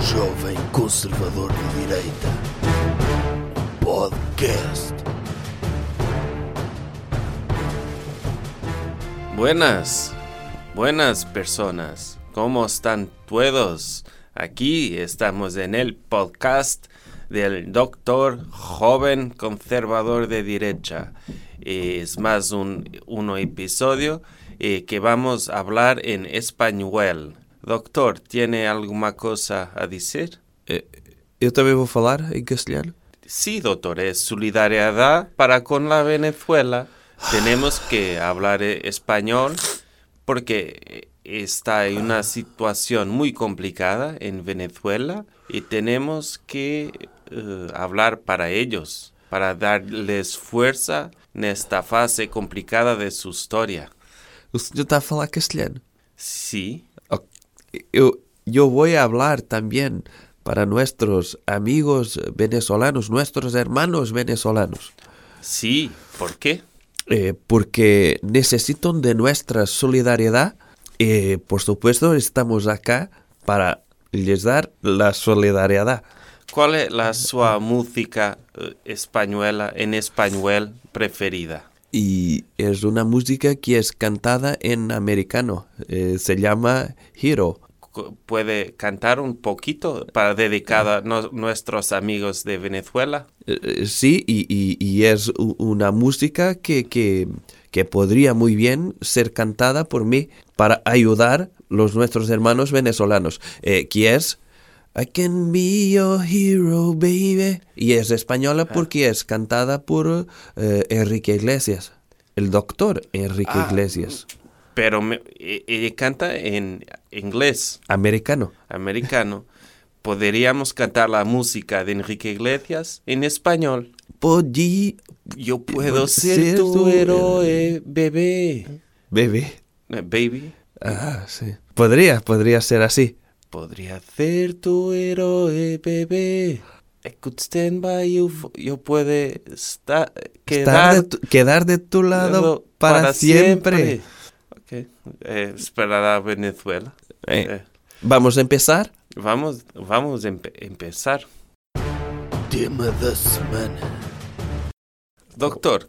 Jovem Conservador de Direita. Podcast. Buenas, buenas personas. ¿Cómo están todos? Aquí estamos en el podcast del doctor joven conservador de derecha. Eh, Es más un uno episodio eh, que vamos a hablar en español. Doctor, ¿tiene alguna cosa a decir? Eu também vou falar em castelhano. Sí, doctor, es solidaridad para con la Venezuela. Tenemos que hablar eh, español porque eh, está en una situación muy complicada en Venezuela y tenemos que eh, hablar para ellos, para darles fuerza en esta fase complicada de su historia. O senhor está a falar castelhano. Sí, Ok. Eu, eu vou a falar também para nossos amigos venezolanos, nossos hermanos venezolanos, sí, ¿por qué? eh, porque necessitam de nossa solidariedade. Eh, por supuesto, estamos acá para lhes dar a solidariedade. ¿Cuál es la su música eh, española en español preferida? Y es una E música que es cantada en americano. Eh, se llama Hero. cu- puede cantar un poquito para dedicar a no- nuestros amigos de Venezuela. Eh, eh, Sí, y, y- y es u- una música que, que, que podría muy bien ser cantada por mí para ayudar los nuestros hermanos venezolanos, eh, que es I can be your hero, baby. Y es española porque es cantada por eh, Enrique Iglesias, el doctor Enrique Iglesias, Pero me- e- ella canta en inglés, americano. americano. Podríamos cantar la música de Enrique Iglesias en español. Podí, Yo puedo puedo ser ser tu tu héroe, bebé. bebé. Eh, Baby, Ah, sí. Podría, podría ser así. podría ser tu héroe, bebé. I could stand by you. for- Yo puede estar, Estar quedar de tu- quedar de tu lado para, siempre. Ok. Eh, esperar a Venezuela. Eh, Eh, Vamos a empezar. vamos vamos a empe- empezar. Oh. Tema da semana. Doctor.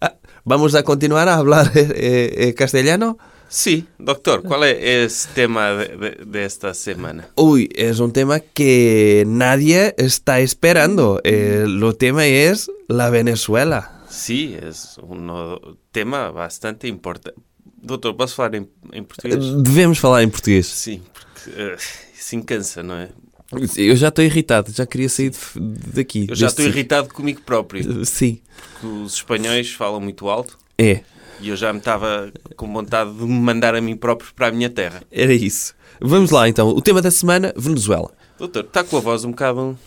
Ah, vamos a continuar a hablar eh, eh, eh, castellano. Sí, doctor, ¿cuál es el tema de, de- de esta semana? Uy, es un tema que nadie está esperando. Eh, lo tema es la Venezuela. Sí, es un tema bastante importante. Doctor, ¿vas a hablar en, en Eh, portugués? Devemos falar em português. Sí, porque, eh, sin cansa, ¿no eh? es? Eu já estou irritado, já queria sair de- daqui. Yo ya deste estoy irritado conmigo propio. sítio. Sim, porque Los españoles falan muito alto é. y yo ya me estaba con vontade de me mandar a mí propio para a minha terra. Era isso. Vamos lá então. O tema da semana: Venezuela. Doutor, está com a voz um bocado.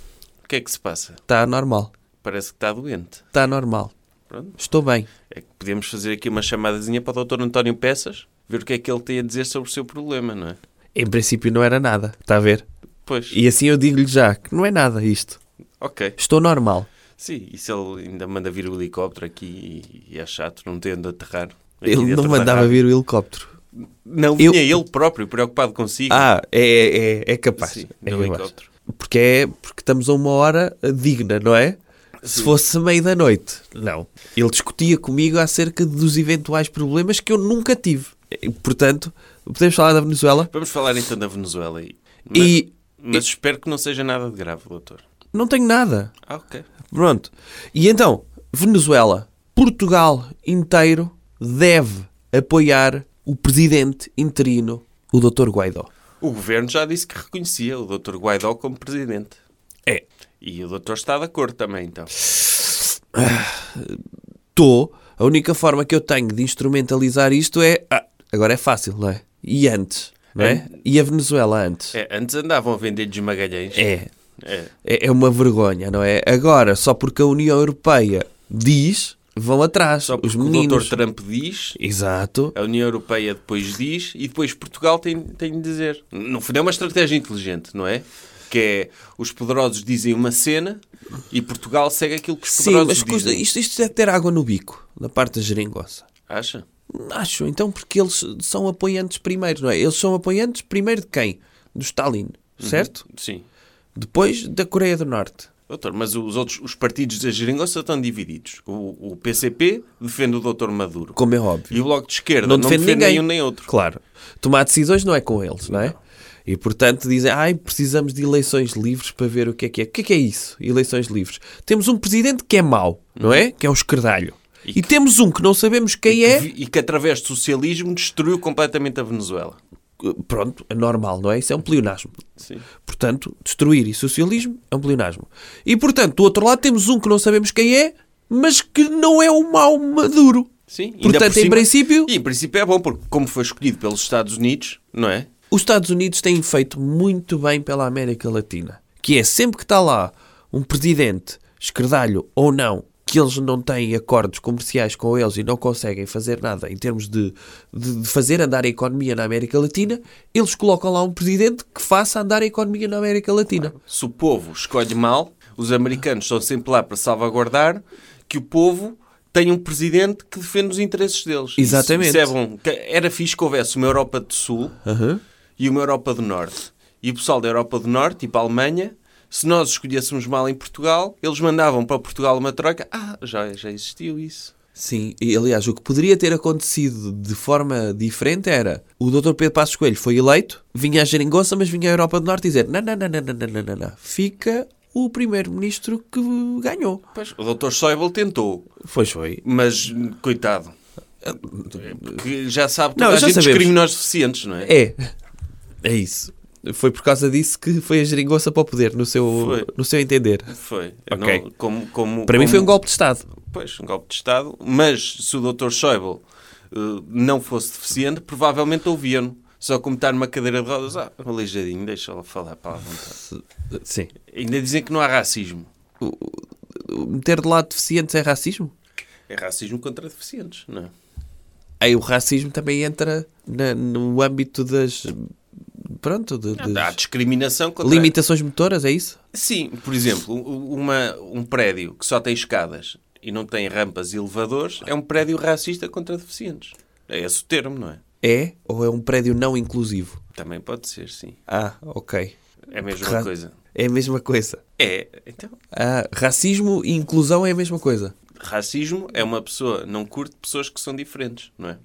O que é que se passa? Está normal. Parece que está doente. Está normal. Pronto. Estou bem. É que podemos fazer aqui uma chamadazinha para o doutor António Peças, ver o que é que ele tem a dizer sobre o seu problema, não é? Em princípio não era nada, está a ver? Pois, E assim eu digo-lhe já que não é nada isto. ok. Estou normal. Sim, e se ele ainda manda vir o helicóptero aqui e, e é chato, não tem onde aterrar? Aqui Ele dentro não da mandava rádio. vir o helicóptero. Não, Eu- vinha ele próprio, preocupado consigo. Ah, é, é, é capaz. Sim, é no capaz. helicóptero. Porque, é, porque estamos a uma hora digna, não é? Se fosse a meio da noite, não. Ele discutia comigo acerca dos eventuais problemas que eu nunca tive. E, Portanto, podemos falar da Venezuela Vamos falar então da Venezuela aí. Mas, e mas espero que não seja nada de grave, doutor. não tenho nada. Ah, ok. Pronto. E então, Venezuela, Portugal inteiro deve apoiar o presidente interino, o Dr. Guaidó. O governo já disse que reconhecia o Dr. Guaidó como presidente. É. E o doutor está de acordo também, então. Tô. A única forma que eu tenho de instrumentalizar isto é. Ah, agora é fácil, não é? E antes, não é? E a Venezuela antes. É, antes andavam a vender desmagalhães. É. É. É é uma vergonha, não é? Agora, só porque a União Europeia diz, vão atrás. Só os porque o meninos. doutor Trump é diz, Exato. a União Europeia depois diz e depois Portugal tem, tem de dizer. No fundo é uma estratégia inteligente, não é? Que é, os poderosos dizem uma cena e Portugal segue aquilo que os Sim, poderosos mas custa, dizem. isto, isto deve ter água no bico, na parte da geringonça. Acha? Acho, então, porque eles Uhum. são apoiantes primeiro, não é? Eles são apoiantes primeiro de quem? Do Stalin, certo? Sim. Depois da Coreia do Norte. Doutor, mas os outros os partidos da geringonça estão divididos. O, o PCP defende o doutor Maduro. Como é óbvio. E o Bloco de Esquerda não, defende, nenhum nem outro. Claro. Tomar decisões não é com eles, não é? E portanto dizem, ai, precisamos de eleições livres para ver o que é que é. O que é que é isso? Eleições livres. Temos um presidente que é mau, não é? Que é o esquerdalho. E E, que- temos um que não sabemos quem é. E que através do socialismo destruiu completamente a Venezuela. Pronto, é normal, não é? Isso é um pleonasmo. Sim. Portanto, destruir e socialismo é um pleonasmo. E portanto, do outro lado temos um que não sabemos quem é, mas que não é o mau Maduro. Sim, ainda Portanto, por em cima- princípio- E em princípio é bom, porque como foi escolhido pelos Estados Unidos, não é? Os Estados Unidos têm feito muito bem pela América Latina, que é sempre que está lá um presidente, esquerdalho ou não, que eles não têm acordos comerciais com eles e não conseguem fazer nada em termos de, de- de fazer andar a economia na América Latina, eles colocam lá um presidente que faça andar a economia na América Latina. Se o povo escolhe mal, os americanos estão sempre lá para salvaguardar que o povo tem um presidente que defende os interesses deles. Isso- Exatamente. Isso é bom. Que Era fixe que houvesse uma Europa do Sul e uma Europa do Norte. E o pessoal da Europa do Norte e para a Alemanha, se nós escolhêssemos mal em Portugal, eles mandavam para Portugal uma troca. Ah, já, já existiu isso. Sim, e aliás, o que poderia ter acontecido de forma diferente era o Dr. Pedro Passos Coelho foi eleito, vinha a geringonça, mas vinha à Europa do Norte dizer: não, não, não, não, não, não, não, não, fica o primeiro-ministro que ganhou. Pois, o Dr. Schäuble tentou, Pois foi. mas coitado. Porque já sabe que Não, toda a já gente sabemos. escreve nós deficientes, não é? É, é isso. Foi por causa disso que foi a geringonça para o poder, no Foi. seu, no seu entender. Foi. Ok. Não, como, como, Para mim como- foi um golpe de Estado. Pois, um golpe de Estado. Mas se o Dr. Schäuble eh, não fosse deficiente, provavelmente ouviam-no. Só como está numa cadeira de rodas, ah, aleijadinho, deixa-la falar para a vontade. Sim. Ainda dizem que não há racismo. Meter de lado deficientes é racismo? É racismo contra deficientes, não é? Aí o racismo também entra na- no âmbito das. Pronto, de- Há das discriminação contra... limitações motoras, é isso? Sim, por exemplo, u- uma, um prédio que só tem escadas e não tem rampas e elevadores é um prédio racista contra deficientes. É esse o termo, não é? É ou é um prédio não inclusivo? Também pode ser, sim. Ah, ok. É a mesma Ra- coisa. É a mesma coisa. É, então, Ah, racismo e inclusão é a mesma coisa. racismo é uma pessoa não curte pessoas que são diferentes, não é?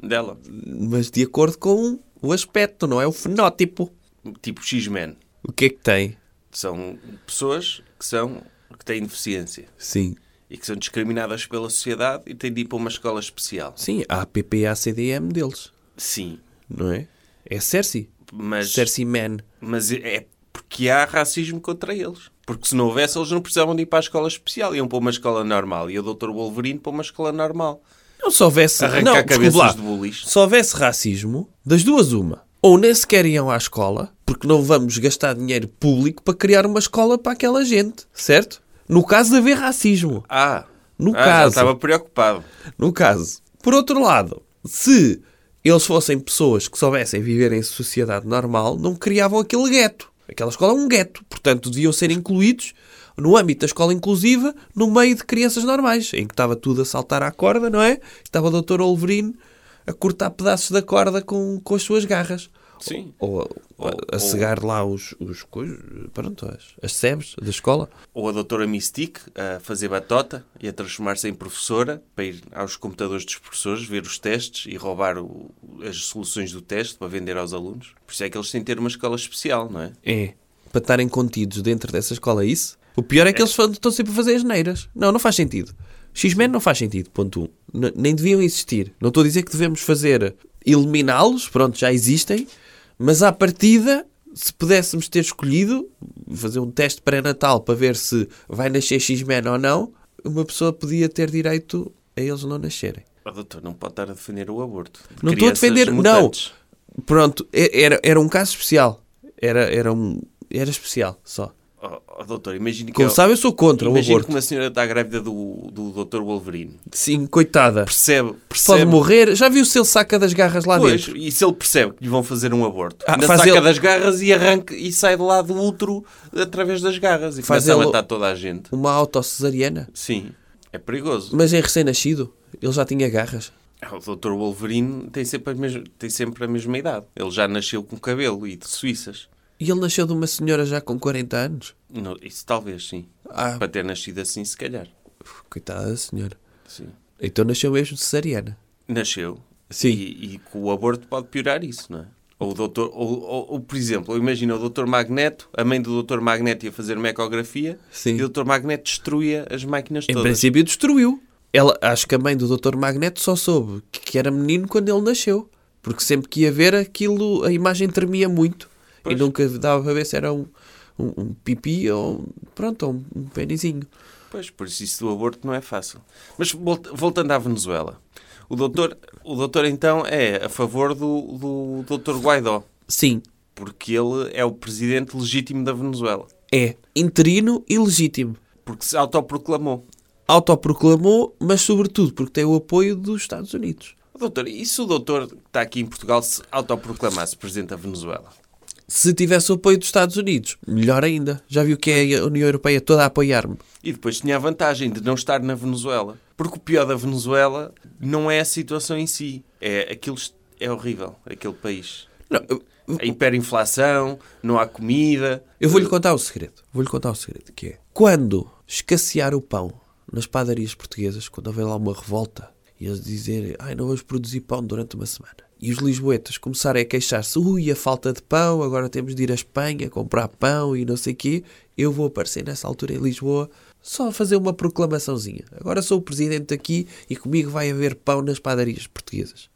Dela. Mas de acordo com o aspecto, não é? O fenótipo. Tipo X-Men. O que é que tem? São pessoas que são que têm deficiência Sim. e que são discriminadas pela sociedade e têm de ir para uma escola especial. Sim, há a PPA-CDM deles, Sim, não é? É Cersei. mas, Cersei Man. mas é porque há racismo contra eles. Porque se não houvesse, eles não precisavam de ir para a escola especial. Iam para uma escola normal. E o Dr. Wolverine para uma escola normal. Não, se houvesse... Arrancar não, cabeças desculpe lá. de bullies. Se houvesse racismo, das duas uma. Ou nem sequer iam à escola, porque não vamos gastar dinheiro público para criar uma escola para aquela gente, certo? No caso de haver racismo. Ah, No ah, já caso. estava preocupado. No caso. Por outro lado, se eles fossem pessoas que soubessem viver em sociedade normal, não criavam aquele gueto. Aquela escola é um gueto. Portanto, deviam ser incluídos no âmbito da escola inclusiva, no meio de crianças normais, em que estava tudo a saltar à corda, não é? Estava o Dr. Olverine a cortar pedaços da corda com, com as suas garras. Sim. Ou, ou a- a Ou- cegar lá os, os coisas, pronto, as, as sebes da escola. ou a doutora Mystique a fazer batota e a transformar-se em professora para ir aos computadores dos professores ver os testes e roubar o- as soluções do teste para vender aos alunos. Por isso é que eles têm de ter uma escola especial, não é? É. Para estarem contidos dentro dessa escola, é isso? O pior é que eles fan- estão sempre a fazer as neiras. Não, não faz sentido. X-Men não faz sentido, ponto um. N- nem deviam existir. Não estou a dizer que devemos fazer eliminá-los, pronto, já existem, mas à partida, se pudéssemos ter escolhido fazer um teste pré-natal para ver se vai nascer X-Men ou não, uma pessoa podia ter direito a eles não nascerem. Oh, doutor, não pode estar a defender o aborto. de Não estou a crianças defender, mutantes. não. Pronto, e- era, era um caso especial. Era, era, um, era especial, só. Oh, oh, doutor, imagine que... Como eu- sabe, eu sou contra o Imagine aborto. que uma senhora está grávida do, do doutor Wolverine. é Sim, coitada. Percebe, Pode percebe... morrer. Já viu se ele saca das garras lá Pois, dentro? e se ele percebe que lhe vão fazer um aborto, Ah, ainda faz saca ele- das garras e arranca e sai de lá do útero através das garras e faz Faz começa a ele- matar toda a gente. Uma autocesariana. Sim, é perigoso. Mas em recém-nascido, ele já tinha garras. O Dr. Wolverine tem sempre, a mes- tem sempre a mesma idade. Ele já nasceu com cabelo e de suíças. E ele nasceu de uma senhora já com 40 anos. Não, isso talvez sim. Ah. Para ter nascido assim, se calhar. Uf, Coitada da senhora. Sim. Então nasceu mesmo cesariana. Nasceu. Sim. E, e que o aborto pode piorar isso, não é? Ou o doutor, ou, ou- ou, por exemplo, imagina o doutor Magneto, a mãe do doutor Magneto ia fazer uma ecografia Sim. e o doutor Magneto destruía as máquinas Em todas. princípio destruiu. Ela, acho que a mãe do Dr. Magneto só soube que- que era menino quando ele nasceu. Porque sempre que ia ver aquilo, a imagem tremia muito. Pois. E nunca dava para ver se era um, um, um pipi ou um, pronto, ou um, um penizinho. Pois, por isso isso do aborto não é fácil. Mas volt- voltando à Venezuela, o doutor, o doutor então é a favor do, do doutor Guaidó, Sim, porque ele é o presidente legítimo da Venezuela, é interino e legítimo. porque se autoproclamou. Autoproclamou, mas sobretudo porque tem o apoio dos Estados Unidos. Doutor, e se o doutor que está aqui em Portugal se autoproclamasse presidente da Venezuela? Se tivesse o apoio dos Estados Unidos, melhor ainda. Já viu que é a União Europeia toda a apoiar-me. E depois tinha a vantagem de não estar na Venezuela. Porque o pior da Venezuela não é a situação em si. É aquilo est- é horrível, aquele país. Não, eu- A hiperinflação, não há comida. Eu vou-lhe contar o segredo. Vou-lhe contar o segredo, que é... Quando escassear o pão nas padarias portuguesas, quando houver lá uma revolta, e eles dizerem, ai, não vamos produzir pão durante uma semana, e os lisboetas começarem a queixar-se, ui, a falta de pão, agora temos de ir à Espanha comprar pão e não sei quê, eu vou aparecer nessa altura em Lisboa só a fazer uma proclamaçãozinha. Agora sou o presidente aqui e comigo vai haver pão nas padarias portuguesas.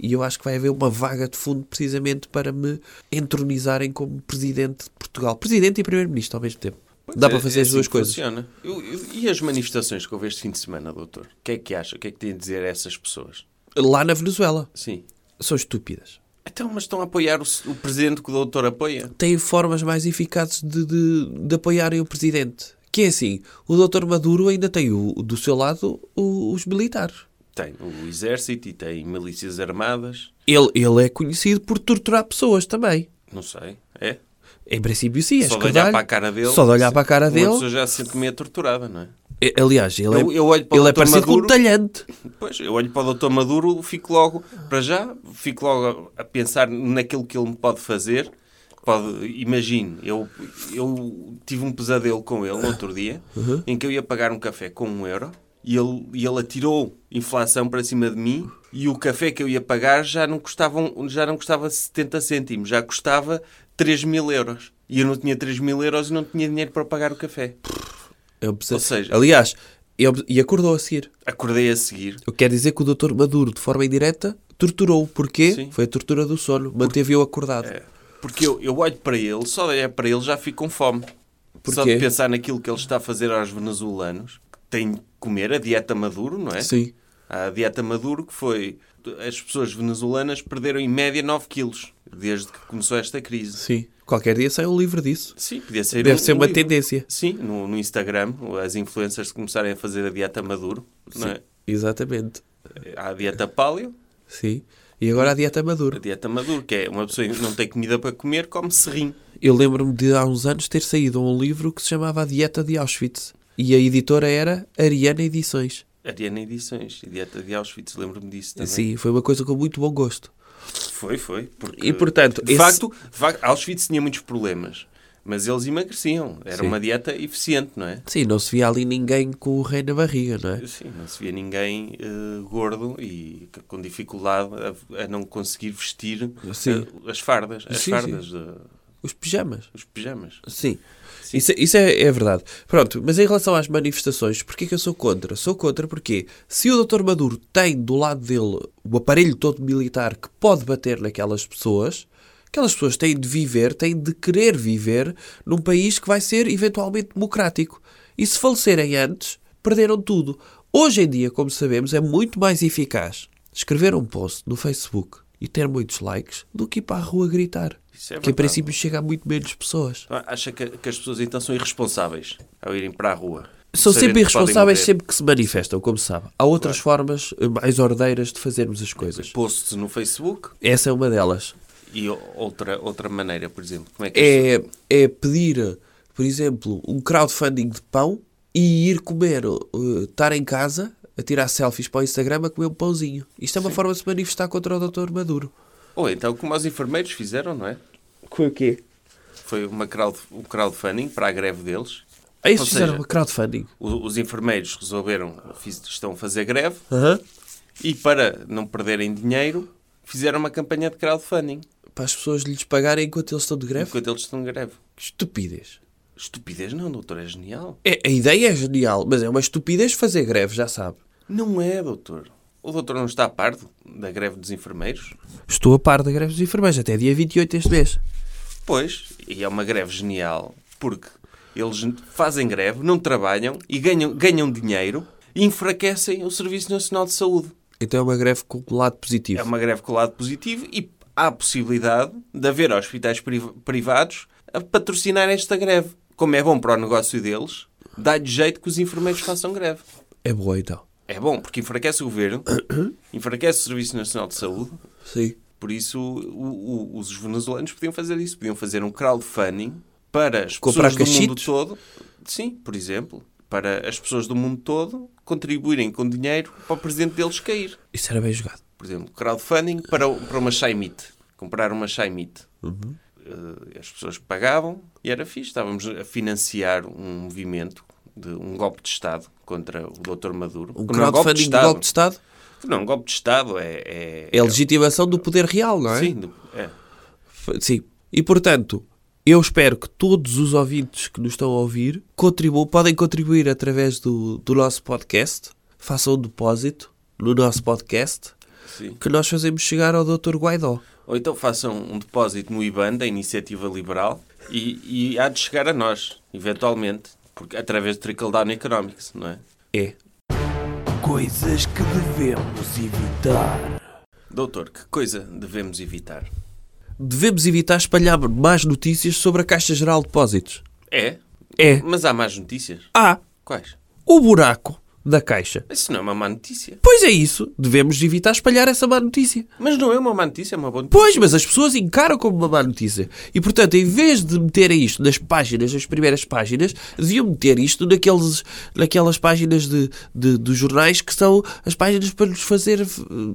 E eu acho que vai haver uma vaga de fundo precisamente para me entronizarem como presidente de Portugal. Presidente e primeiro-ministro ao mesmo tempo. Pois Dá é, para fazer é as assim duas que coisas. Funciona. Eu- eu- e as manifestações que houve este fim de semana, doutor? O que é que acha? O que é que tem a dizer a essas pessoas? Lá na Venezuela. Sim. São estúpidas. Então, mas estão a apoiar o, s- o presidente que o doutor apoia? Têm formas mais eficazes de, de, de apoiarem o presidente. Que é assim, o doutor Maduro ainda tem o, do seu lado o- os militares. Tem o exército e tem milícias armadas. Ele, ele é conhecido por torturar pessoas também. Não sei. É? Em princípio, sim. é Só de olhar escardalho. para a cara dele. Só de olhar para a cara uma dele. pessoa já se sente meio torturada, não é? Eh, Aliás, ele Eu- é, eu olho para o ele é Dr. parecido com um Maduro. talhante. Pois, eu olho para o doutor Maduro, fico logo, para já, fico logo a, a pensar naquilo que ele me pode fazer. Pode, imagino, eu, eu tive um pesadelo com ele no outro dia, Uhum. em que eu ia pagar um café com um euro e ele, e ele atirou inflação para cima de mim e o café que eu ia pagar já não custava, um- já não custava 70 cêntimos, já custava 3 mil euros. E eu não tinha 3 mil euros e não tinha dinheiro para pagar o café. É um pesar- Ou seja- aliás, eu- e acordou a seguir. Acordei a seguir. Eu quero dizer que o Dr. Maduro, de forma indireta, torturou-o. Porquê? Sim. Foi a tortura do sono. Manteve-o acordado. É, Porque eu, eu olho para ele, só de olhar para ele já fico com fome. Só Porquê? de pensar naquilo que ele está a fazer aos venezuelanos, que têm de comer a dieta Maduro, não é? Sim. Há A dieta Maduro que foi... As pessoas venezuelanas perderam em média 9 quilos desde que começou esta crise. Sim. Qualquer dia sai um livro disso. Sim, podia ser Deve um- ser um uma livro. tendência. Sim, no, no Instagram, as influencers começarem a fazer a dieta Maduro, não é? Exatamente. Há a dieta paleo, Sim. E agora a dieta a Maduro. dieta Maduro, que é uma pessoa que não tem comida para comer, come serrinho. Eu lembro-me de há uns anos ter saído um livro que se chamava A Dieta de Auschwitz. E a editora era Ariana Edições. Ariana Edições, e dieta de Auschwitz, lembro-me disso também. Sim, foi uma coisa com muito bom gosto. Foi, foi. Porque, E, portanto, de esse- facto, de facto, Auschwitz tinha muitos problemas, mas eles emagreciam. Era Sim. uma dieta eficiente, não é? Sim, não se via ali ninguém com o rei na barriga, não é? Sim, não se via ninguém eh, gordo e c- com dificuldade a, a não conseguir vestir Sim. eh, as fardas, as Sim, sim. fardas, eh, Os pijamas. os pijamas. Sim. Sim. Isso, isso é, é verdade. Pronto, mas em relação às manifestações, porquê que eu sou contra? Sou contra porque se o Dr. Maduro tem do lado dele o aparelho todo militar que pode bater naquelas pessoas, aquelas pessoas têm de viver, têm de querer viver num país que vai ser eventualmente democrático. E se falecerem antes, perderam tudo. Hoje em dia, como sabemos, é muito mais eficaz escrever um post no Facebook e ter muitos likes do que ir para a rua gritar. Isso é que em verdade. princípio chega a muito menos pessoas. Ah, Acha que, que as pessoas então são irresponsáveis ao irem para a rua? Sabendo São sempre que podem irresponsáveis morrer. sempre que se manifestam, como sabe. Há outras formas eh, mais ordeiras de fazermos as coisas. Posts no Facebook Essa é uma delas. e o- outra, outra maneira, por exemplo. Como é que as É, é pedir, por exemplo, um crowdfunding de pão e ir comer, eh, estar em casa, a tirar selfies para o Instagram a comer um pãozinho. Isto é uma forma de se manifestar contra o Dr. Maduro. Ou então, como os enfermeiros fizeram, não é? Com o quê? Foi uma crowd, um crowdfunding para a greve deles. Ah, Isso Ou fizeram seja, crowdfunding. o- os enfermeiros resolveram, fiz- estão a fazer greve Aham. e para não perderem dinheiro, fizeram uma campanha de crowdfunding Para as pessoas lhes pagarem enquanto eles estão de greve? enquanto eles estão em greve. Que estupidez. Estupidez não, doutor, é genial. É, a ideia é genial, mas é uma estupidez fazer greve, já sabe. Não é, doutor. O doutor não está a par do- da greve dos enfermeiros? Estou a par da greve dos enfermeiros até dia 28 deste mês. Pois, e é uma greve genial, porque eles fazem greve, não trabalham e ganham, ganham dinheiro e enfraquecem o Serviço Nacional de Saúde. Então é uma greve com lado positivo. É uma greve com lado positivo e há a possibilidade de haver hospitais priv- privados a patrocinar esta greve. Como é bom para o negócio deles, dá de jeito que os enfermeiros façam greve. É boa então. É bom, porque enfraquece o governo, enfraquece o Serviço Nacional de Saúde, Sim. por isso o- o- os venezuelanos podiam fazer isso. Podiam fazer um crowdfunding para as Comprar pessoas do mundo cachitos? todo. Sim, por exemplo. Para as pessoas do mundo todo contribuírem com dinheiro para o presidente deles cair. Isso era bem jogado. Por exemplo, crowdfunding para, o- para uma Shaimite. Comprar uma Shaimite. Eh, as pessoas pagavam e era fixe. Estávamos a financiar um movimento, de um golpe de Estado contra o Dr. Maduro. Um Que não é golpe de crowdfunding do Estado. golpe de Estado Não, um golpe de Estado é... é- é a legitimação do poder real, não é? Sim, do- é. F- Sim. E portanto, eu espero que todos os ouvintes que nos estão a ouvir contribuam, podem contribuir através do, do nosso podcast. Façam um depósito no nosso podcast Sim. que nós fazemos chegar ao Dr. Guaidó. Ou então façam um depósito no IBAN da Iniciativa Liberal e, e há de chegar a nós, eventualmente, porque através de trickle-down economics, não é? É. Coisas que devemos evitar. Doutor, que coisa devemos evitar? Devemos evitar espalhar más notícias sobre a Caixa Geral de Depósitos. É? É. Mas há más notícias? Ah, Quais? o buraco da Caixa. Isso não é uma má notícia. Pois é isso. Devemos evitar espalhar essa má notícia. Mas não é uma má notícia, é uma boa notícia. Pois, mas as pessoas encaram como uma má notícia. E, portanto, em vez de meterem isto nas páginas, nas primeiras páginas, deviam meter isto naqueles, naquelas páginas de, de- dos jornais que são as páginas para nos fazer, eh,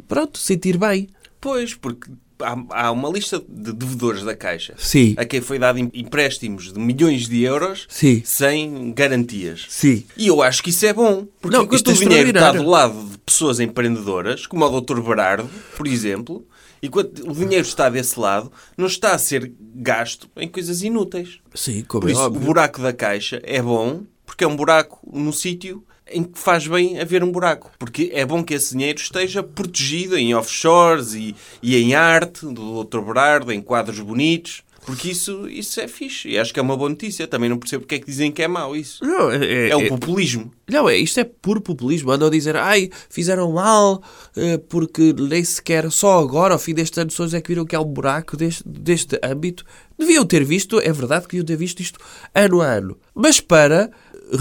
pronto, sentir bem. Pois, porque há, há uma lista de devedores da Caixa Sim. a quem foi dado em- empréstimos de milhões de euros Sim. sem garantias. Sim. E eu acho que isso é bom. Porque Não, enquanto isto é o dinheiro está extraordinário. do lado de pessoas empreendedoras, como o Dr. Berardo, por exemplo, enquanto o dinheiro está desse lado, não está a ser gasto em coisas inúteis. Sim, como Por é isso, o óbvio. buraco da caixa é bom, porque é um buraco num sítio em que faz bem haver um buraco. Porque é bom que esse dinheiro esteja protegido em offshores e, e em arte do Dr. Berardo, em quadros bonitos. Porque isso, isso é fixe. E acho que é uma boa notícia. Também não percebo porque é que dizem que é mau isso. Não, é, é- É o é- populismo. não, é- isto é puro populismo. Andam a dizer, ai, fizeram mal, eh, porque nem sequer só agora, ao fim deste ano, pessoas é que viram que há um buraco deste, deste âmbito. Deviam ter visto, é verdade que deviam ter visto isto ano a ano. Mas para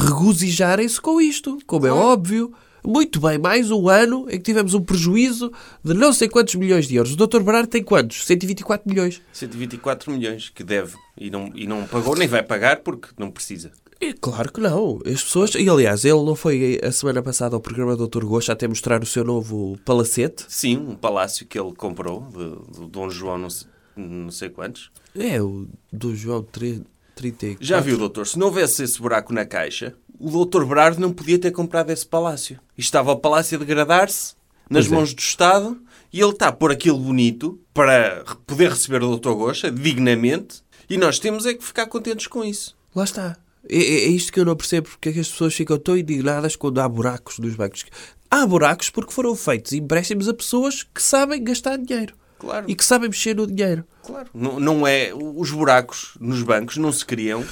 regozijarem-se com isto, como é óbvio. Muito bem, mais um ano em que tivemos um prejuízo de não sei quantos milhões de euros. O Dr. Bernardo tem quantos? 124 milhões. 124 milhões que deve e não, e não pagou, nem vai pagar porque não precisa. É claro que não. As pessoas. E aliás, ele não foi a semana passada ao programa do Dr. Gosto até mostrar o seu novo palacete. Sim, um palácio que ele comprou de, do Dom João, não sei, não sei quantos. É, o do João 3, 34. Já viu, doutor? Se não houvesse esse buraco na caixa, o doutor Berardo não podia ter comprado esse palácio. E estava o palácio a degradar-se nas Pois é. mãos do Estado e ele está a pôr aquilo bonito para re- poder receber o doutor Gocha dignamente e nós temos é que ficar contentes com isso. Lá está. É, é- é isto que eu não percebo porque é que as pessoas ficam tão indignadas quando há buracos nos bancos. Há buracos porque foram feitos empréstimos a pessoas que sabem gastar dinheiro. Claro. E que sabem mexer no dinheiro. Claro. Não, não é, os buracos nos bancos não se criam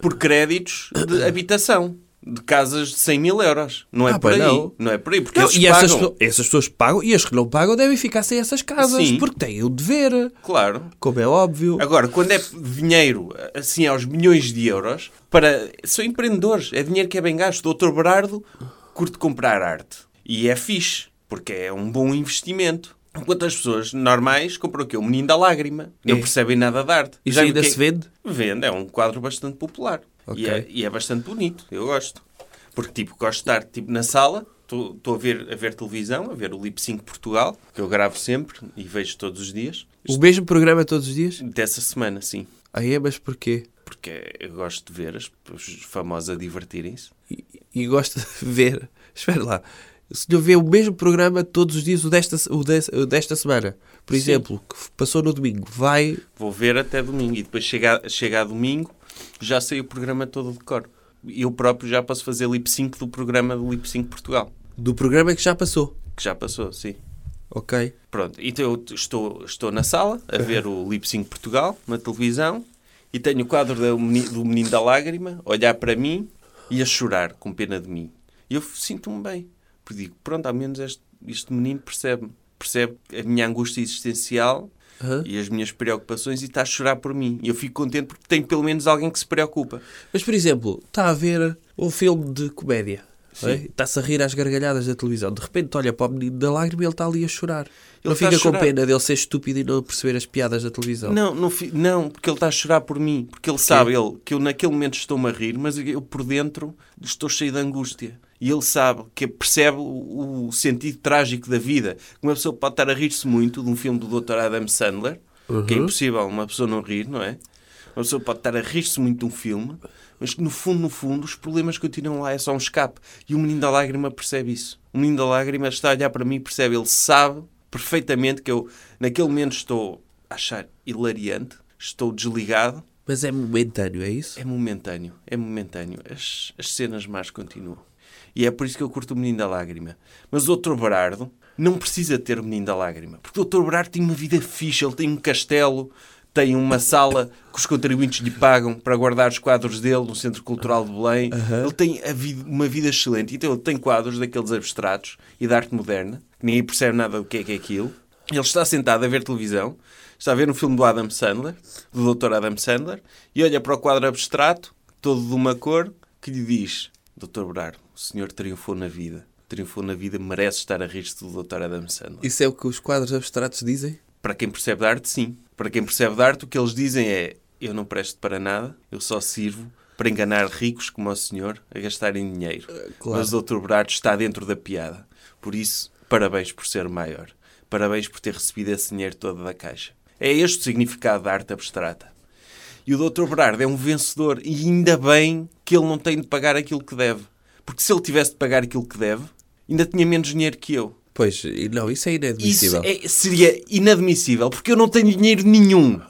por créditos de habitação, de casas de 100 mil euros. Não é Ah, por aí. pois Não. não. é por aí, porque Não, esses e essas, pagam. pessoas- essas pessoas pagam e as que não pagam devem ficar sem essas casas Sim. porque têm o dever. Claro. Como é óbvio. Agora, quando é dinheiro, assim, aos milhões de euros, para... São empreendedores. É dinheiro que é bem gasto. O Dr. Berardo curte comprar arte. E é fixe, porque é um bom investimento. Enquanto as pessoas normais compram o quê? O Menino da Lágrima. Não É. percebem nada de arte. Isso Já vi ainda o que é- se vende? Vende, é um quadro bastante popular. Ok. E, é, e é bastante bonito, eu gosto. Porque, tipo, gosto de arte, tipo, na sala, estou a ver, a ver televisão, a ver o Lip Sync Portugal, que eu gravo sempre e vejo todos os dias. O mesmo programa todos os dias? Dessa semana, sim. Aí, mas porquê? Porque eu gosto de ver os- os famosos a divertirem-se. E, e gosto de ver. Espera lá. Se eu ver o mesmo programa todos os dias, o desta, se- o des- o desta semana, por Sim. exemplo, que f- passou no domingo, vai. Vou ver até domingo. E depois chega, a- chega a domingo, já sei o programa todo de cor. Eu próprio já posso fazer lip sync do programa do Lip Sync Portugal. do programa que já passou. Que já passou, sim. Ok? Pronto, então eu t- estou, estou na sala a ver o Lip Sync Portugal na televisão e tenho o quadro da meni- do Menino da Lágrima a olhar para mim e a chorar com pena de mim. E eu f- sinto-me bem, porque digo, pronto, ao menos este, este menino percebe percebe a minha angústia existencial Aham. e as minhas preocupações e está a chorar por mim. E eu fico contente porque tenho pelo menos alguém que se preocupa. Mas, por exemplo, está a ver um filme de comédia. não é? Está-se a rir às gargalhadas da televisão. De repente olha para o menino da lágrima e ele está ali a chorar. Ele está a fica com chorar. pena dele ser estúpido e não perceber as piadas da televisão. Não, não, fi- não, porque ele está a chorar por mim, porque ele sabe ele, que eu naquele momento estou-me a rir, mas eu por dentro estou cheio de angústia. E ele sabe, que percebe o, o sentido trágico da vida. Uma pessoa pode estar a rir-se muito de um filme do Dr. Adam Sandler, que é impossível uma pessoa não rir, não é? Uma pessoa pode estar a rir-se muito de um filme, mas que no fundo, no fundo, os problemas continuam lá, é só um escape. E o menino da lágrima percebe isso. O menino da lágrima está a olhar para mim e percebe, ele sabe perfeitamente que eu, naquele momento, estou a achar hilariante, estou desligado. Mas é momentâneo, é isso? É momentâneo, é momentâneo. As, as cenas más continuam. E é por isso que eu curto o Menino da Lágrima. Mas o Dr. Berardo não precisa ter o Menino da Lágrima. Porque o Dr. Berardo tem uma vida fixe, ele tem um castelo, tem uma sala que os contribuintes lhe pagam para guardar os quadros dele no Centro Cultural de Belém. Ele tem a vida- uma vida excelente. Então ele tem quadros daqueles abstratos e da arte moderna, que ninguém percebe nada do que é que é aquilo. Ele está sentado a ver televisão, está a ver um filme do Adam Sandler, do Dr. Adam Sandler, e olha para o quadro abstrato, todo de uma cor, que lhe diz: Dr. Berardo, o senhor triunfou na vida. Triunfou na vida, merece estar a rir-se do Dr. Adam Sandler. Isso é o que os quadros abstratos dizem? Para quem percebe de arte, sim. Para quem percebe de arte, o que eles dizem é: eu não presto para nada, eu só sirvo para enganar ricos como o senhor a gastarem dinheiro. claro. Mas o Dr. Berardo está dentro da piada. Por isso, parabéns por ser maior. Parabéns por ter recebido esse dinheiro todo da caixa. É este o significado da arte abstrata. E o Dr. Berardo é um vencedor e ainda bem que ele não tem de pagar aquilo que deve. Porque se ele tivesse de pagar aquilo que deve, ainda tinha menos dinheiro que eu. Pois, e não, isso é Isso inadmissível. é- seria inadmissível, porque eu não tenho dinheiro nenhum.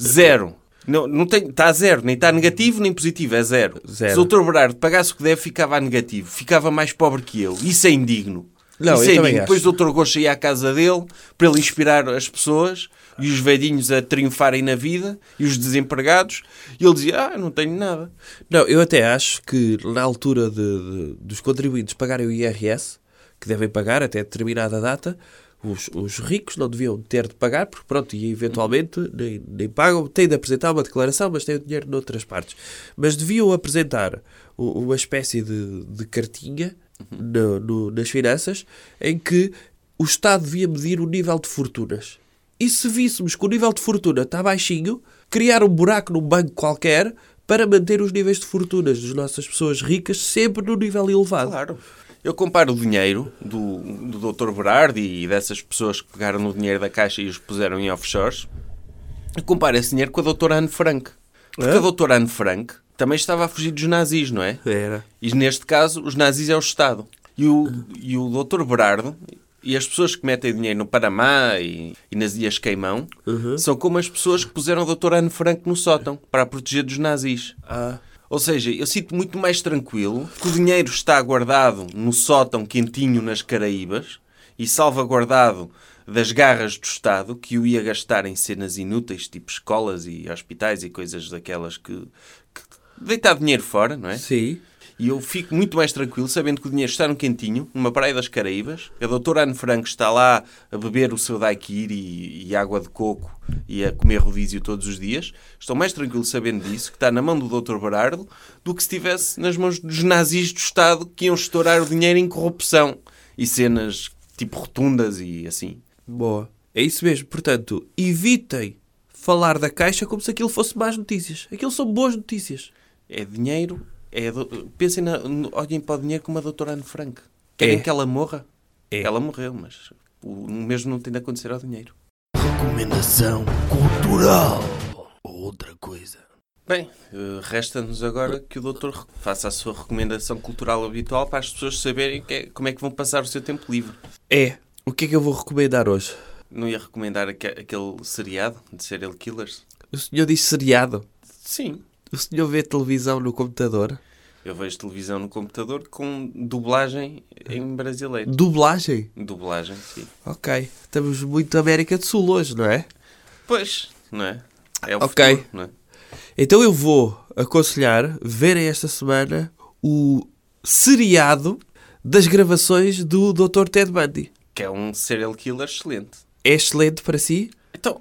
Zero. Não, não tenho, está zero, nem está negativo nem positivo, é zero. Zero. Se o Dr. Berardo pagasse o que deve, ficava a negativo, ficava mais pobre que eu. Isso é indigno. Não, Isso eu é também indigno. acho. Depois o Dr. Gosta ia à casa dele para ele inspirar as pessoas e os velhinhos a triunfarem na vida e os desempregados. E ele dizia: Ah, eu não tenho nada. Não, eu até acho que na altura de- de- dos contribuintes pagarem o IRS, que devem pagar até determinada data, os, os ricos não deviam ter de pagar, porque pronto, e eventualmente nem, nem pagam, têm de apresentar uma declaração, mas têm o dinheiro noutras partes. Mas deviam apresentar u- uma espécie de, de cartinha no- no- nas finanças em que o Estado devia medir o nível de fortunas. E se víssemos que o nível de fortuna está baixinho, criar um buraco num banco qualquer para manter os níveis de fortunas das nossas pessoas ricas sempre no nível elevado. Claro. Eu comparo o dinheiro do, do Dr. Berardi e dessas pessoas que pegaram no dinheiro da Caixa e os puseram em offshores. Eu comparo esse dinheiro com a Dra. Anne Frank. Porque É? a Dra. Anne Frank também estava a fugir dos nazis, não é? Era. E neste caso, os nazis é o Estado. E o, e o Dr. Berardo e as pessoas que metem dinheiro no Panamá e, e nas Ilhas Caimão são como as pessoas que puseram a Dra. Anne Frank no sótão para a proteger dos nazis. Ou seja, eu sinto muito mais tranquilo que o dinheiro está guardado no sótão quentinho nas Caraíbas e salvaguardado das garras do Estado que o ia gastar em cenas inúteis, tipo escolas e hospitais e coisas daquelas que. que deitar dinheiro fora, não é? Sim. E eu fico muito mais tranquilo sabendo que o dinheiro está num cantinho, numa praia das Caraíbas. A doutora Anne Franco está lá a beber o seu daiquiri e, e água de coco e a comer rodízio todos os dias. Estou mais tranquilo sabendo disso, que está na mão do doutor Berardo, do que se estivesse nas mãos dos nazis do Estado que iam estourar o dinheiro em corrupção e cenas tipo rotundas e assim. Boa. É isso mesmo. Portanto, evitem falar da Caixa como se aquilo fosse más notícias. Aquilo são boas notícias. É dinheiro. É do- Pensem, na... no- olhem para o dinheiro como a doutora Anne Frank. Querem É. que ela morra? É. Ela morreu, mas o o mesmo não tem de acontecer ao dinheiro. Recomendação cultural. outra coisa. Bem, eh, resta-nos agora que o doutor faça a sua recomendação cultural habitual para as pessoas saberem que é- como é que vão passar o seu tempo livre. É, o que é que eu vou recomendar hoje? Não ia recomendar aque- aquele seriado de Serial Killers? O senhor diz seriado. Sim. O senhor vê televisão no computador? Eu vejo televisão no computador com dublagem em brasileiro. Dublagem? Dublagem, sim. Ok. Estamos muito América do Sul hoje, não é? Pois, não é? É o Ok. futuro, não é? Então eu vou aconselhar verem esta semana o seriado das gravações do Dr. Ted Bundy. Que é um serial killer excelente. É excelente para si? Então,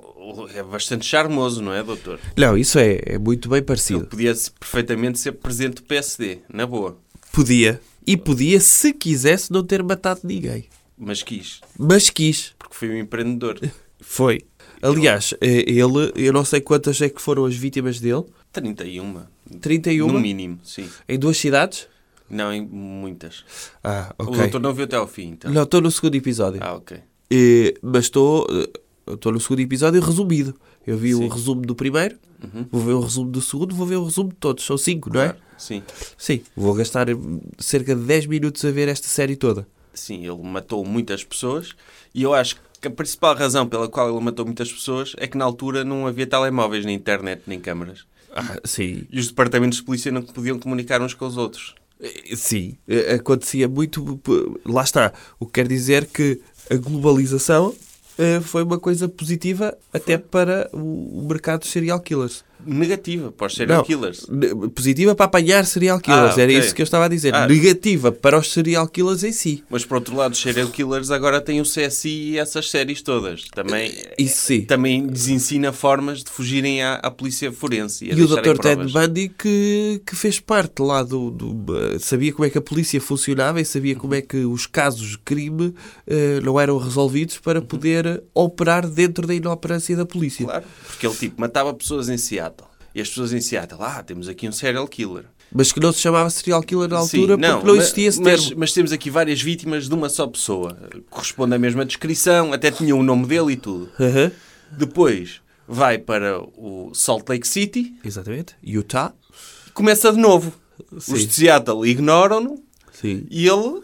é bastante charmoso, não é, doutor? Não, isso é, é muito bem Ele parecido. podia -se perfeitamente ser presidente do PSD, na boa. Podia. E podia, se quisesse, não ter matado ninguém. Mas quis, Mas quis. porque foi um empreendedor. Foi. Aliás, eh, ele, eu não sei quantas é que foram as vítimas dele. 31. 31? No um, mínimo, sim. Em duas cidades? Não, em muitas. Ah, O ok. doutor não viu até ao fim, então. Não, estou no segundo episódio. Ah, ok. Eh, mas estou eh, estou no segundo episódio resumido. Eu vi o resumo do primeiro, Uhum. vou ver o resumo do segundo, vou ver o resumo de todos. São cinco, não é? Claro, Sim. Sim. Vou gastar eh, cerca de 10 minutos a ver esta série toda. Sim, ele matou muitas pessoas e eu acho que a principal razão pela qual ele matou muitas pessoas é que na altura não havia telemóveis, nem internet, nem câmaras. Ah, sim. E os departamentos de polícia não podiam comunicar uns com os outros. Eh, Sim, eh, acontecia muito. p- Lá está. O que quer dizer que a globalização eh, foi uma coisa positiva até para o o mercado dos serial killers. Negativa para os serial Não, killers. ne- Positiva para apanhar serial killers, Ah, era ok. isso que eu estava a dizer. Ah. Negativa para os serial killers em si. Mas por outro lado, os serial killers agora têm o CSI e essas séries todas. Também, Isso sim. também lhes ensina formas de fugirem à, à polícia forense. a E o deixarem Dr. Ted provas. Bundy que, que fez parte lá do, do- eh, Sabia como é que a polícia funcionava e sabia como Uhum. é que os casos de crime eh, não eram resolvidos para poder operar dentro da inoperância da polícia. Uhum. Claro, porque ele tipo matava pessoas em Seattle. E as pessoas em Seattle, ah, temos aqui um serial killer. Mas que não se chamava serial killer na Sim, altura porque não ma- existia esse mas, termo. mas temos aqui várias vítimas de uma só pessoa. Corresponde à mesma descrição, até tinha o nome dele e tudo. Aham. Depois vai para o Salt Lake City Exatamente. Utah. e começa de novo. Os Sim. de Seattle ignoram-no Sim. e ele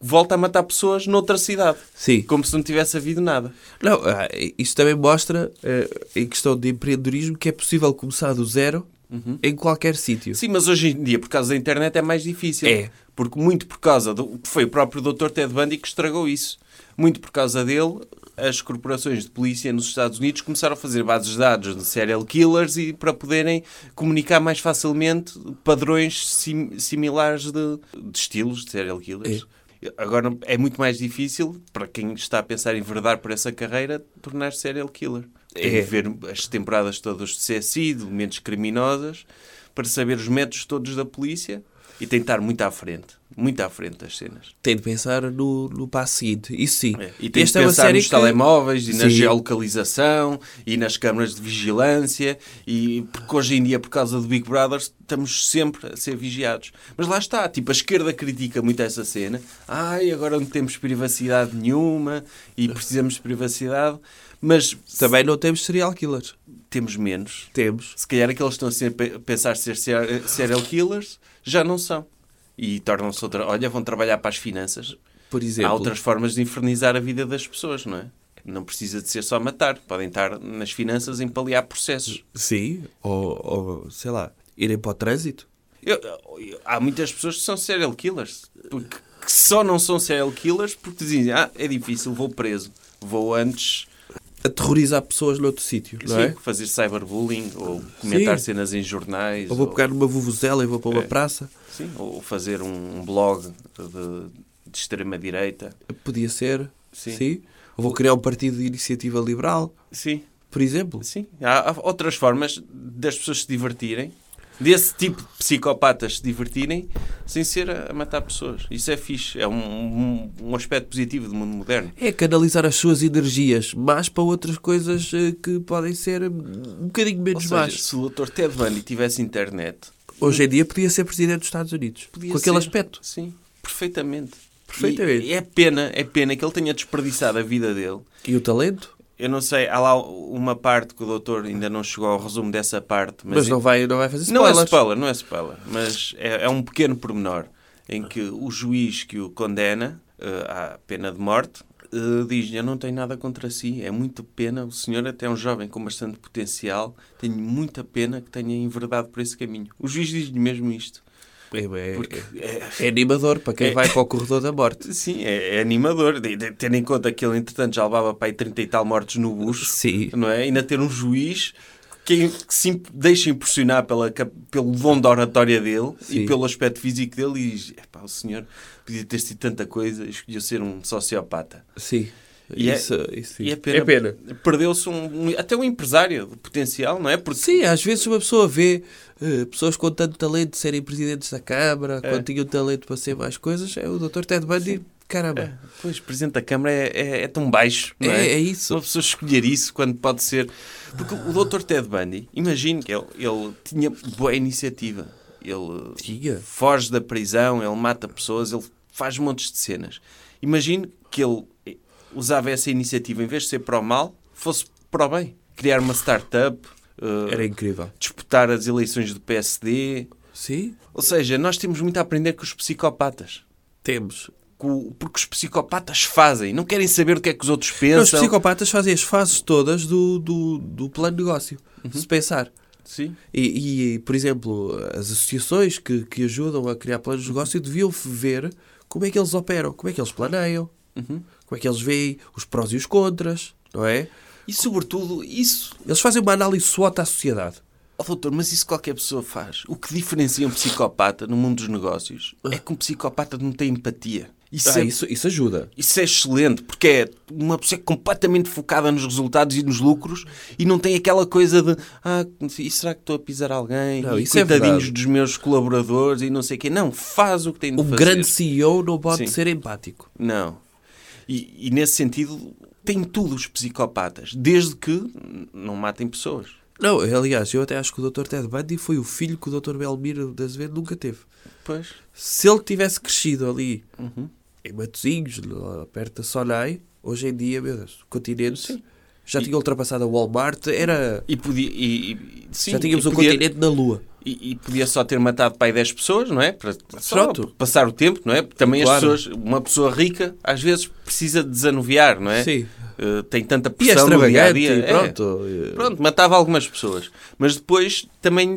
volta a matar pessoas noutra cidade. Sim. Como se não tivesse havido nada. Não, ah, isso também mostra, eh, em questão de empreendedorismo, que é possível começar do zero Uhum. em qualquer sítio. Sim, mas hoje em dia, por causa da internet, é mais difícil. É. Porque muito por causa do. Foi o próprio Dr. Ted Bundy que estragou isso. Muito por causa dele, as corporações de polícia nos Estados Unidos começaram a fazer bases de dados de serial killers e para poderem comunicar mais facilmente padrões sim- similares de, de estilos de serial killers. Agora é muito mais difícil para quem está a pensar em verdade por essa carreira tornar-se serial killer. Tem É. de ver as temporadas todas de CSI, de mentes criminosas, para saber os métodos todos da polícia e tentar muito à frente, muito à frente das cenas. Tem de pensar no, no passo seguinte. Isso sim. É, E tem de pensar nos telemóveis e na Sim. geolocalização e nas câmaras de vigilância e porque hoje em dia, por causa do Big Brother, estamos sempre a ser vigiados. Mas lá está, tipo, a esquerda critica muito essa cena. Ai, agora não temos privacidade nenhuma e precisamos de privacidade. Mas Também não temos serial killers. temos menos. Temos. Se calhar aqueles que estão sempre a pensar ser ser- serial killers já não são. E tornam-se outra. Olha, vão trabalhar para as finanças. Por exemplo. Há outras formas de infernizar a vida das pessoas, não é? Não precisa de ser só matar. Podem estar nas finanças em paliar processos. Sim. Ou, ou, sei lá, irem para o trânsito. Eu- eu- há muitas pessoas que são serial killers. Porque, que só não são serial killers porque dizem: Ah, é difícil, vou preso. Vou antes. Aterrorizar pessoas noutro sítio, não sim, é? fazer cyberbullying ou comentar Sim. cenas em jornais. Ou vou ou- pegar numa vuvuzela e vou para uma É. praça. Sim, ou fazer um, um blog de, de extrema-direita. Podia ser. Sim. Sim. Ou vou criar um partido de iniciativa liberal, Sim, por exemplo. sim. Há, há outras formas das pessoas se divertirem, desse tipo de psicopatas se divertirem, sem ser a, a matar pessoas. Isso é fixe, é um, um, um aspecto positivo do mundo moderno. É canalizar as suas energias, mas para outras coisas eh, que podem ser eh, um bocadinho Ou menos seja, más. se o Dr. Ted Bundy tivesse internet, Hoje em dia podia ser presidente dos Estados Unidos. Podia com aquele ser. aspecto. Sim, perfeitamente. Perfeitamente. E, e é pena, é pena que ele tenha desperdiçado a vida dele E o talento? Eu não sei, há lá uma parte que o doutor ainda não chegou ao resumo dessa parte. Mas, Mas não vai, não vai fazer Não é spoilers. spoiler, não é spoiler, mas é, é um pequeno pormenor em que o juiz que o condena eh, à pena de morte eh, diz: Eu não tenho nada contra si, é muito pena. O senhor até é um jovem com bastante potencial, tenho muita pena que tenha enverdado por esse caminho. O juiz diz-lhe mesmo isto. É, é- Porque é animador para quem É. vai para o corredor da morte. Sim, é, é animador, de- de- tendo em conta que ele, entretanto, já levava para aí 30 e tal mortes no bucho, Sim. não é? Ainda ter um juiz que, que se imp- deixa impressionar pela, cap- pelo dom da oratória dele Sim. e pelo aspecto físico dele e diz: "Epá, o senhor podia ter sido tanta coisa, escolheu ser um sociopata. Sim. E é- isso, isso sim. E é pena. Perdeu-se um, um- até um empresário de potencial, não é? Porque Sim, às vezes uma pessoa vê eh, pessoas com tanto talento serem presidentes da Câmara, É. quando tinham talento para ser mais coisas, é o Dr. Ted Bundy, caramba. Pois, Presidente da Câmara é, é- é tão baixo, É, não é? é isso. Uma pessoa escolher isso quando pode ser... Porque o Dr. Ted Bundy, imagino que ele, ele tinha boa iniciativa. Ele Tinha. foge da prisão, ele mata pessoas, ele faz montes de cenas. Imagino que ele usava essa iniciativa, em vez de ser para o mal, fosse para o bem. Criar uma startup, eh, Era incrível. disputar as eleições do PSD... Sim, Ou seja, nós temos muito a aprender com os psicopatas temos. co- porque os psicopatas fazem, não querem saber do que é que os outros pensam. Os psicopatas fazem as fases todas do, do, do plano de negócio, Uhum. se pensar. Sim. E, e, por exemplo, as associações que, que ajudam a criar planos Uhum. de negócio deviam ver como é que eles operam, como é que eles planeiam, Uhum. como é que eles veem os prós e os contras, não é? E sobretudo, isso. Eles fazem uma análise SWOT à sociedade. Oh, doutor, mas isso qualquer pessoa faz. O que diferencia um psicopata no mundo dos negócios é que um psicopata não tem empatia. Isso, Ah, é, isso, isso ajuda. isso é excelente, porque é uma pessoa completamente focada nos resultados e nos lucros e não tem aquela coisa de ah, e será que estou a pisar alguém? Não, e isso é coitadinhos verdade. dos meus colaboradores e não sei o quê. Não, faz o que tem de Um fazer. grande CEO não Sim. pode ser empático. Não. E, e nesse sentido, tem tudo os psicopatas, desde que n- não matem pessoas. Não, aliás, eu até acho que o Dr. Ted Bundy foi o filho que o Dr. Belmiro de Azevedo nunca teve. Pois. Se ele tivesse crescido ali, Uhum. em Matosinhos, lá perto da Sonai, hoje em dia, meu Deus, o continente já tinha ultrapassado a Walmart, era... E podia. E, e- sim, já tínhamos e o podia, continente na Lua. E, e podia só ter matado pai 10 pessoas, não é? Para só Pronto. passar o tempo, não é? Também as Claro. pessoas. Uma pessoa rica, às vezes, precisa de desanuviar, não é? Sim. Eh, tem tanta E é pressão no dia a extravagante, dia. e pronto. eh, Pronto, matava algumas pessoas. Mas depois também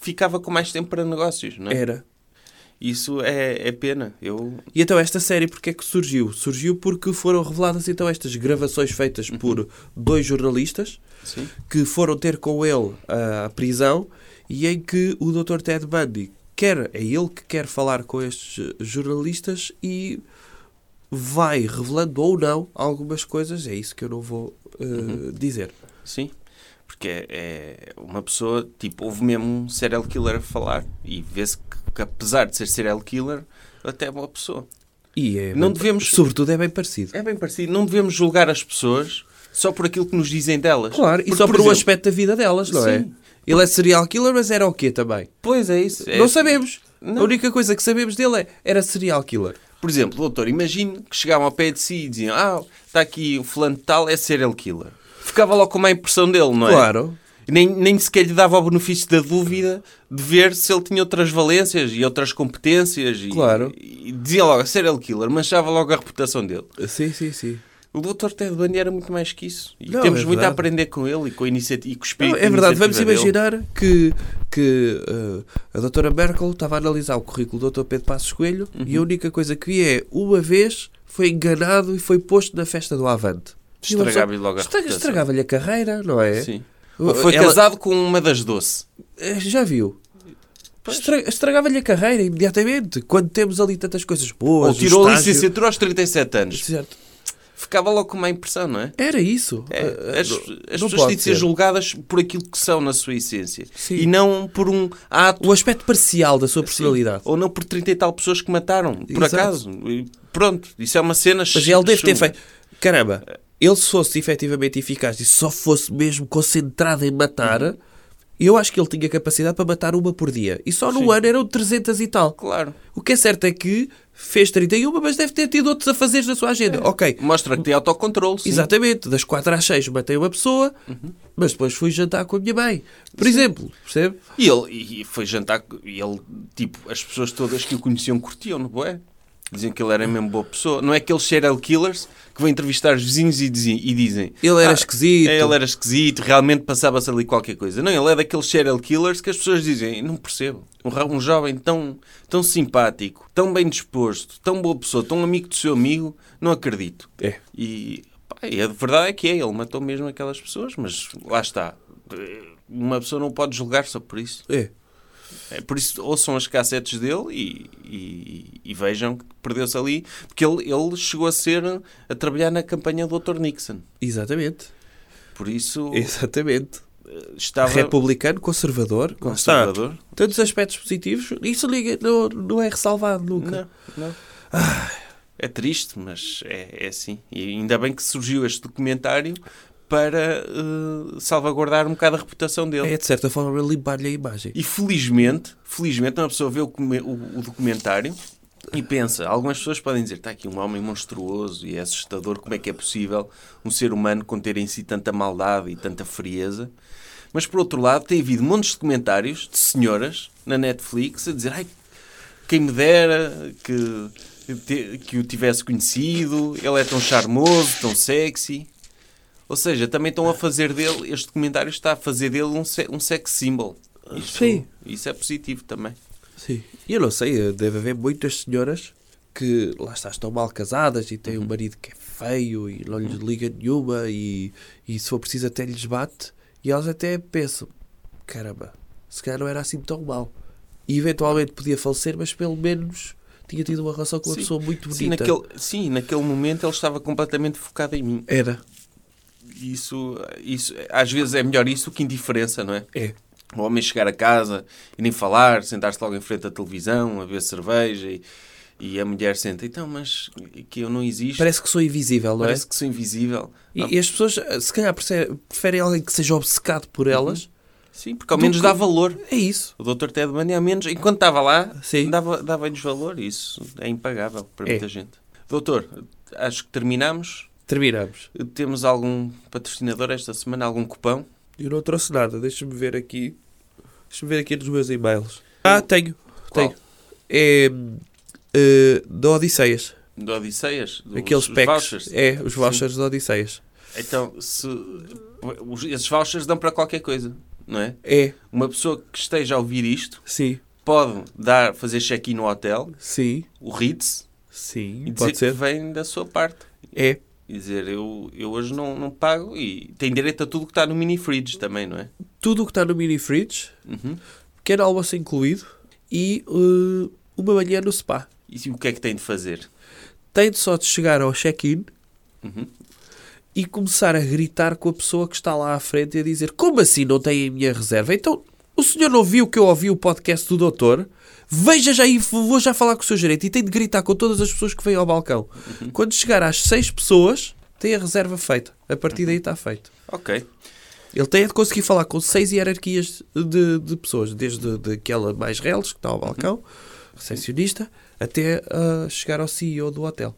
ficava com mais tempo para negócios, não é? Era. Isso é, é pena. Eu E então esta série, porque é que surgiu? Surgiu porque foram reveladas então estas gravações feitas Uhum. por dois jornalistas Sim. que foram ter com ele ah, à prisão e em que o Dr. Ted Bundy quer, é ele que quer falar com estes eh, jornalistas e vai revelando ou não algumas coisas, é isso que eu não vou eh, dizer. Sim, porque é, é uma pessoa, tipo, houve mesmo um serial killer a falar e vê-se que, que apesar de ser serial killer, até é boa pessoa. E é Não bem- devemos- Sobretudo é bem parecido. É bem parecido, não devemos julgar as pessoas só por aquilo que nos dizem delas. Claro, e Porque, só por, um exemplo, aspecto da vida delas, não é? Sim. Ele é serial killer, mas era o quê também? Pois é isso. é- Não sabemos. Não. A única coisa que sabemos dele é era serial killer. Por exemplo, doutor, imagine que chegavam ao pé de si e diziam: Ah, está aqui o fulano de tal, é serial killer. Ficava logo com uma impressão dele, não é? Claro. Nem, nem sequer lhe dava o benefício da dúvida de ver se ele tinha outras valências e outras competências. E, Claro. E dizia logo serial killer, manchava logo a reputação dele. Sim, sim, sim. O Dr. Ted Bundy era muito mais que isso. E Não, temos é muito a verdade. aprender com ele e com, a inicia- e com o espírito Não, de é verdade, vamos iniciativa dele. imaginar que, que eh, a doutora Merkel estava a analisar o currículo do Dr. Pedro Passos Coelho e Uhum. a única coisa que vi é, uma vez foi enganado e foi posto na festa do Avante. E uma pessoa- Estragava-lhe logo a estra- reputação. Estragava-lhe a carreira, não é? Sim. Uh, Ou foi ela- casado com uma das doce. Eh, Já viu? Estra- Estragava-lhe a carreira imediatamente, quando temos ali tantas coisas boas. Ou tirou o a estágio- licenciatura aos 37 anos. Certo. Ficava logo com uma impressão, não é? Era isso. É, Eh, eh, as não- as não pessoas pode têm de ser ser. julgadas por aquilo que são na sua essência. Sim. E não por um ato O aspecto parcial da sua personalidade. Ou não por 30 e tal pessoas que mataram, por Exato. acaso. E pronto, isso é uma cena Mas chu- ele deve chunga. ter feito. Caramba, ele se fosse efetivamente eficaz e só fosse mesmo concentrado em matar, Eu acho que ele tinha capacidade para matar uma por dia. E só no ano eram 300 e tal. Claro. O que é certo é que fez 31, mas deve ter tido outros afazeres na sua agenda. Ok. Mostra que tem autocontrole, sim. Exatamente, das 4 às 6 matei uma pessoa, mas depois fui jantar com a minha mãe. Por exemplo, percebe? E ele e- e foi jantar, e ele, tipo, as pessoas todas que o conheciam curtiam, não é? Diziam que ele era mesmo boa pessoa. Não é aqueles serial killers que vão entrevistar os vizinhos e, dizi- e dizem... "Ah, é, Ele era esquisito." Ele era esquisito, realmente passava-se ali qualquer coisa. Não, ele é daqueles serial killers que as pessoas dizem, não percebo. Um, ra- um jovem tão, tão simpático, tão bem disposto, tão boa pessoa, tão amigo do seu amigo, não acredito. É. E, pá, e a verdade é que é, ele matou mesmo aquelas pessoas, mas lá está. Uma pessoa não pode julgar só por isso. É. É, por isso, ouçam as cassetes dele e, e- e vejam que perdeu-se ali, porque ele, ele chegou a ser a trabalhar na campanha do Dr. Nixon. Exatamente. Por isso, eh, Exatamente. estava Republicano, conservador. conservador. Tantos aspectos positivos, isso liga, não, não é ressalvado nunca. Não, não. É triste, mas é, é assim. E ainda bem que surgiu este documentário para eh, salvaguardar um bocado a reputação dele. É de certa forma limpar-lhe a imagem. E felizmente, felizmente, uma pessoa vê o, come- o- o documentário e pensa, algumas pessoas podem dizer, está aqui um homem monstruoso e é assustador, como é que é possível um ser humano conter em si tanta maldade e tanta frieza? Mas por outro lado, tem havido montes de comentários de senhoras na Netflix a dizer, ai, quem me dera que, te- que o tivesse conhecido, ele é tão charmoso, tão sexy. Ou seja, também estão a fazer dele, este documentário está a fazer dele um, se- um sex symbol. Isso, Sim. isso é positivo também. Sim. E eu não sei, eh, deve haver muitas senhoras que lá está, estão mal casadas e têm Uhum. um marido que é feio e não lhes liga nenhuma e, e se for preciso até lhes bate e elas até pensam, caramba, se calhar não era assim tão mal. E eventualmente podia falecer, mas pelo menos tinha tido uma relação com uma Sim. pessoa muito bonita. Sim naquele, sim, naquele momento ele estava completamente focado em mim. Era. E Isso, isso, às vezes é melhor isso que indiferença, não é? É. O homem chegar a casa e nem falar, sentar-se logo em frente à televisão, a ver cerveja e, e a mulher senta, então, mas que eu não existo, parece, Parece que sou invisível, não é? que sou invisível. E, Ah, e as pessoas, eh, se calhar, perce- preferem alguém que seja obcecado por Uhum. elas. sim, porque ao do menos que- dá valor. É isso. O Dr. Ted Bundy, ao menos, enquanto estava lá, Sim. dava- dava-lhes valor. e Isso é impagável para É. muita gente. Doutor, acho que terminamos. Terminamos. Temos algum patrocinador esta semana? Algum cupão? Eu não trouxe nada, deixa-me ver aqui. Deixa-me ver aqui nos meus e-mails. Ah, tenho. Qual? Tenho. É. hum, eh, da Odisseias. Do Odisseias? Dos- Aqueles dos packs. vouchers? É, os vouchers da Odisseias. Então, se, os- esses vouchers dão para qualquer coisa, não é? É, Uma pessoa que esteja a ouvir isto sim, pode dar, fazer check-in no hotel, sim, o Ritz, e sim. dizer Pode ser? que vem da sua parte. É, E dizer, eu, eu hoje não, não pago e tem direito a tudo que está no mini-fridge também, não é? tudo o que está no mini fridge, Uhum. pequeno almoço incluído e eh, uma manhã no spa. E o que é que tem de fazer? Tem de só de chegar ao check-in Uhum. e começar a gritar com a pessoa que está lá à frente e a dizer: Como assim não tem a minha reserva? Então, o senhor não viu que eu ouvi o podcast do doutor? Veja já aí, vou já falar com o seu gerente. E tem de gritar com todas as pessoas que vêm ao balcão. Quando chegar às seis pessoas, tem a reserva feita. A partir daí está feito. Ok. Ele tem de conseguir falar com seis hierarquias de, de pessoas, desde de aquela mais reles, que está ao balcão, recepcionista, até ah, chegar ao CEO do hotel.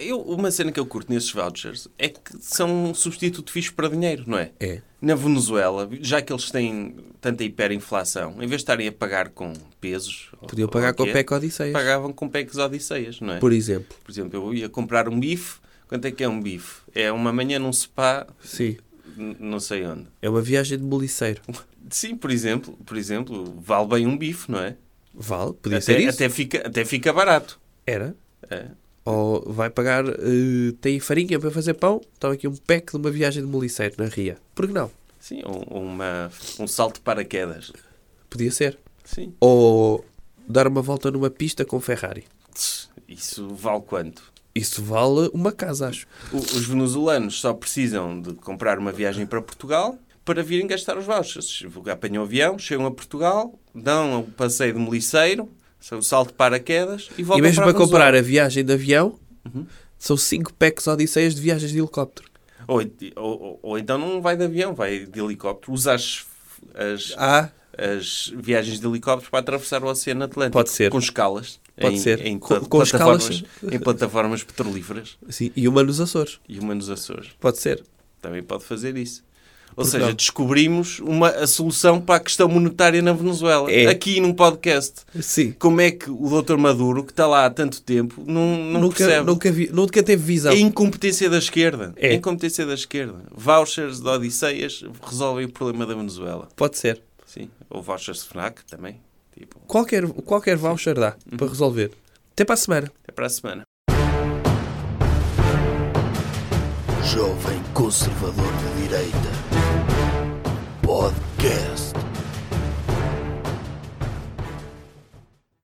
Eu, uma cena que eu curto nesses vouchers é que são um substituto fixe para dinheiro, não é? É. Na Venezuela, já que eles têm tanta hiperinflação, em vez de estarem a pagar com pesos... ou- Podiam ou pagar o com que o é, PEC Odisseias, Pagavam com pecs odisseias, não é? por exemplo. Por exemplo, eu ia comprar um bife. Quanto é que é um bife? É uma manhã num spa, Sim. n- não sei onde. É uma viagem de boliceiro. Sim, por exemplo, por exemplo, vale bem um bife, não é? Vale, podia até, ser isso. Até fica, até fica barato. Era. É. Ou vai pagar, eh, tem farinha para fazer pão, estava aqui um pack de uma viagem de boliceiro na Ria. Por que não? Sim, ou ou uma, um salto de paraquedas. Podia ser. Sim. Ou dar uma volta numa pista com Ferrari. Isso vale quanto? Isso vale uma casa, acho. O- Os venezuelanos só precisam de comprar uma viagem para Portugal para virem gastar os vouchers. Apanham o avião, chegam a Portugal, dão o passeio de moliceiro, o salto de paraquedas e voltam e mesmo para, a Venezuela. para comprar a viagem de avião, Uhum. são 5 packs odisseias de viagens de helicóptero. Ou, ou- ou- ou então não vai de avião, vai de helicóptero. Usa as as, Ah, as viagens de helicóptero para atravessar o Oceano Atlântico. Pode ser. Com escalas. Pode em, ser. Em, Com- pla- com escalas. plataformas, em plataformas petrolíferas sim, e uma nos Açores. e uma nos Açores. Pode ser. Também pode fazer isso. Ou Porque seja, não? descobrimos uma, a solução para a questão monetária na Venezuela. É. Aqui num podcast. Sim. Como é que o Dr. Maduro, que está lá há tanto tempo, não, não nunca, percebe? nunca, vi- nunca teve visão. É incompetência da esquerda. É. É. Incompetência da esquerda. Vouchers de Odisseias resolvem o problema da Venezuela. Pode ser. Sim. Ou vouchers de FNAC também. Tipo, Qualquer, qualquer voucher dá para resolver. Até para a semana. até para a semana. Jovem Conservador de Direita. Podcast.